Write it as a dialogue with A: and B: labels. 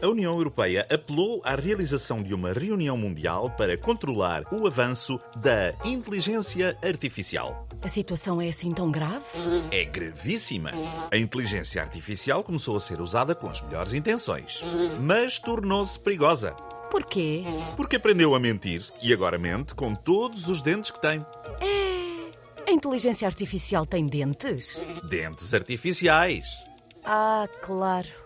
A: A União Europeia apelou à realização de uma reunião mundial para controlar o avanço da inteligência artificial.
B: A situação é assim tão grave?
A: É gravíssima. A inteligência artificial começou a ser usada com as melhores intenções, mas tornou-se perigosa.
B: Porquê?
A: Porque aprendeu a mentir e agora mente com todos os dentes que tem.
B: A inteligência artificial tem dentes?
A: Dentes artificiais.
B: Ah, claro.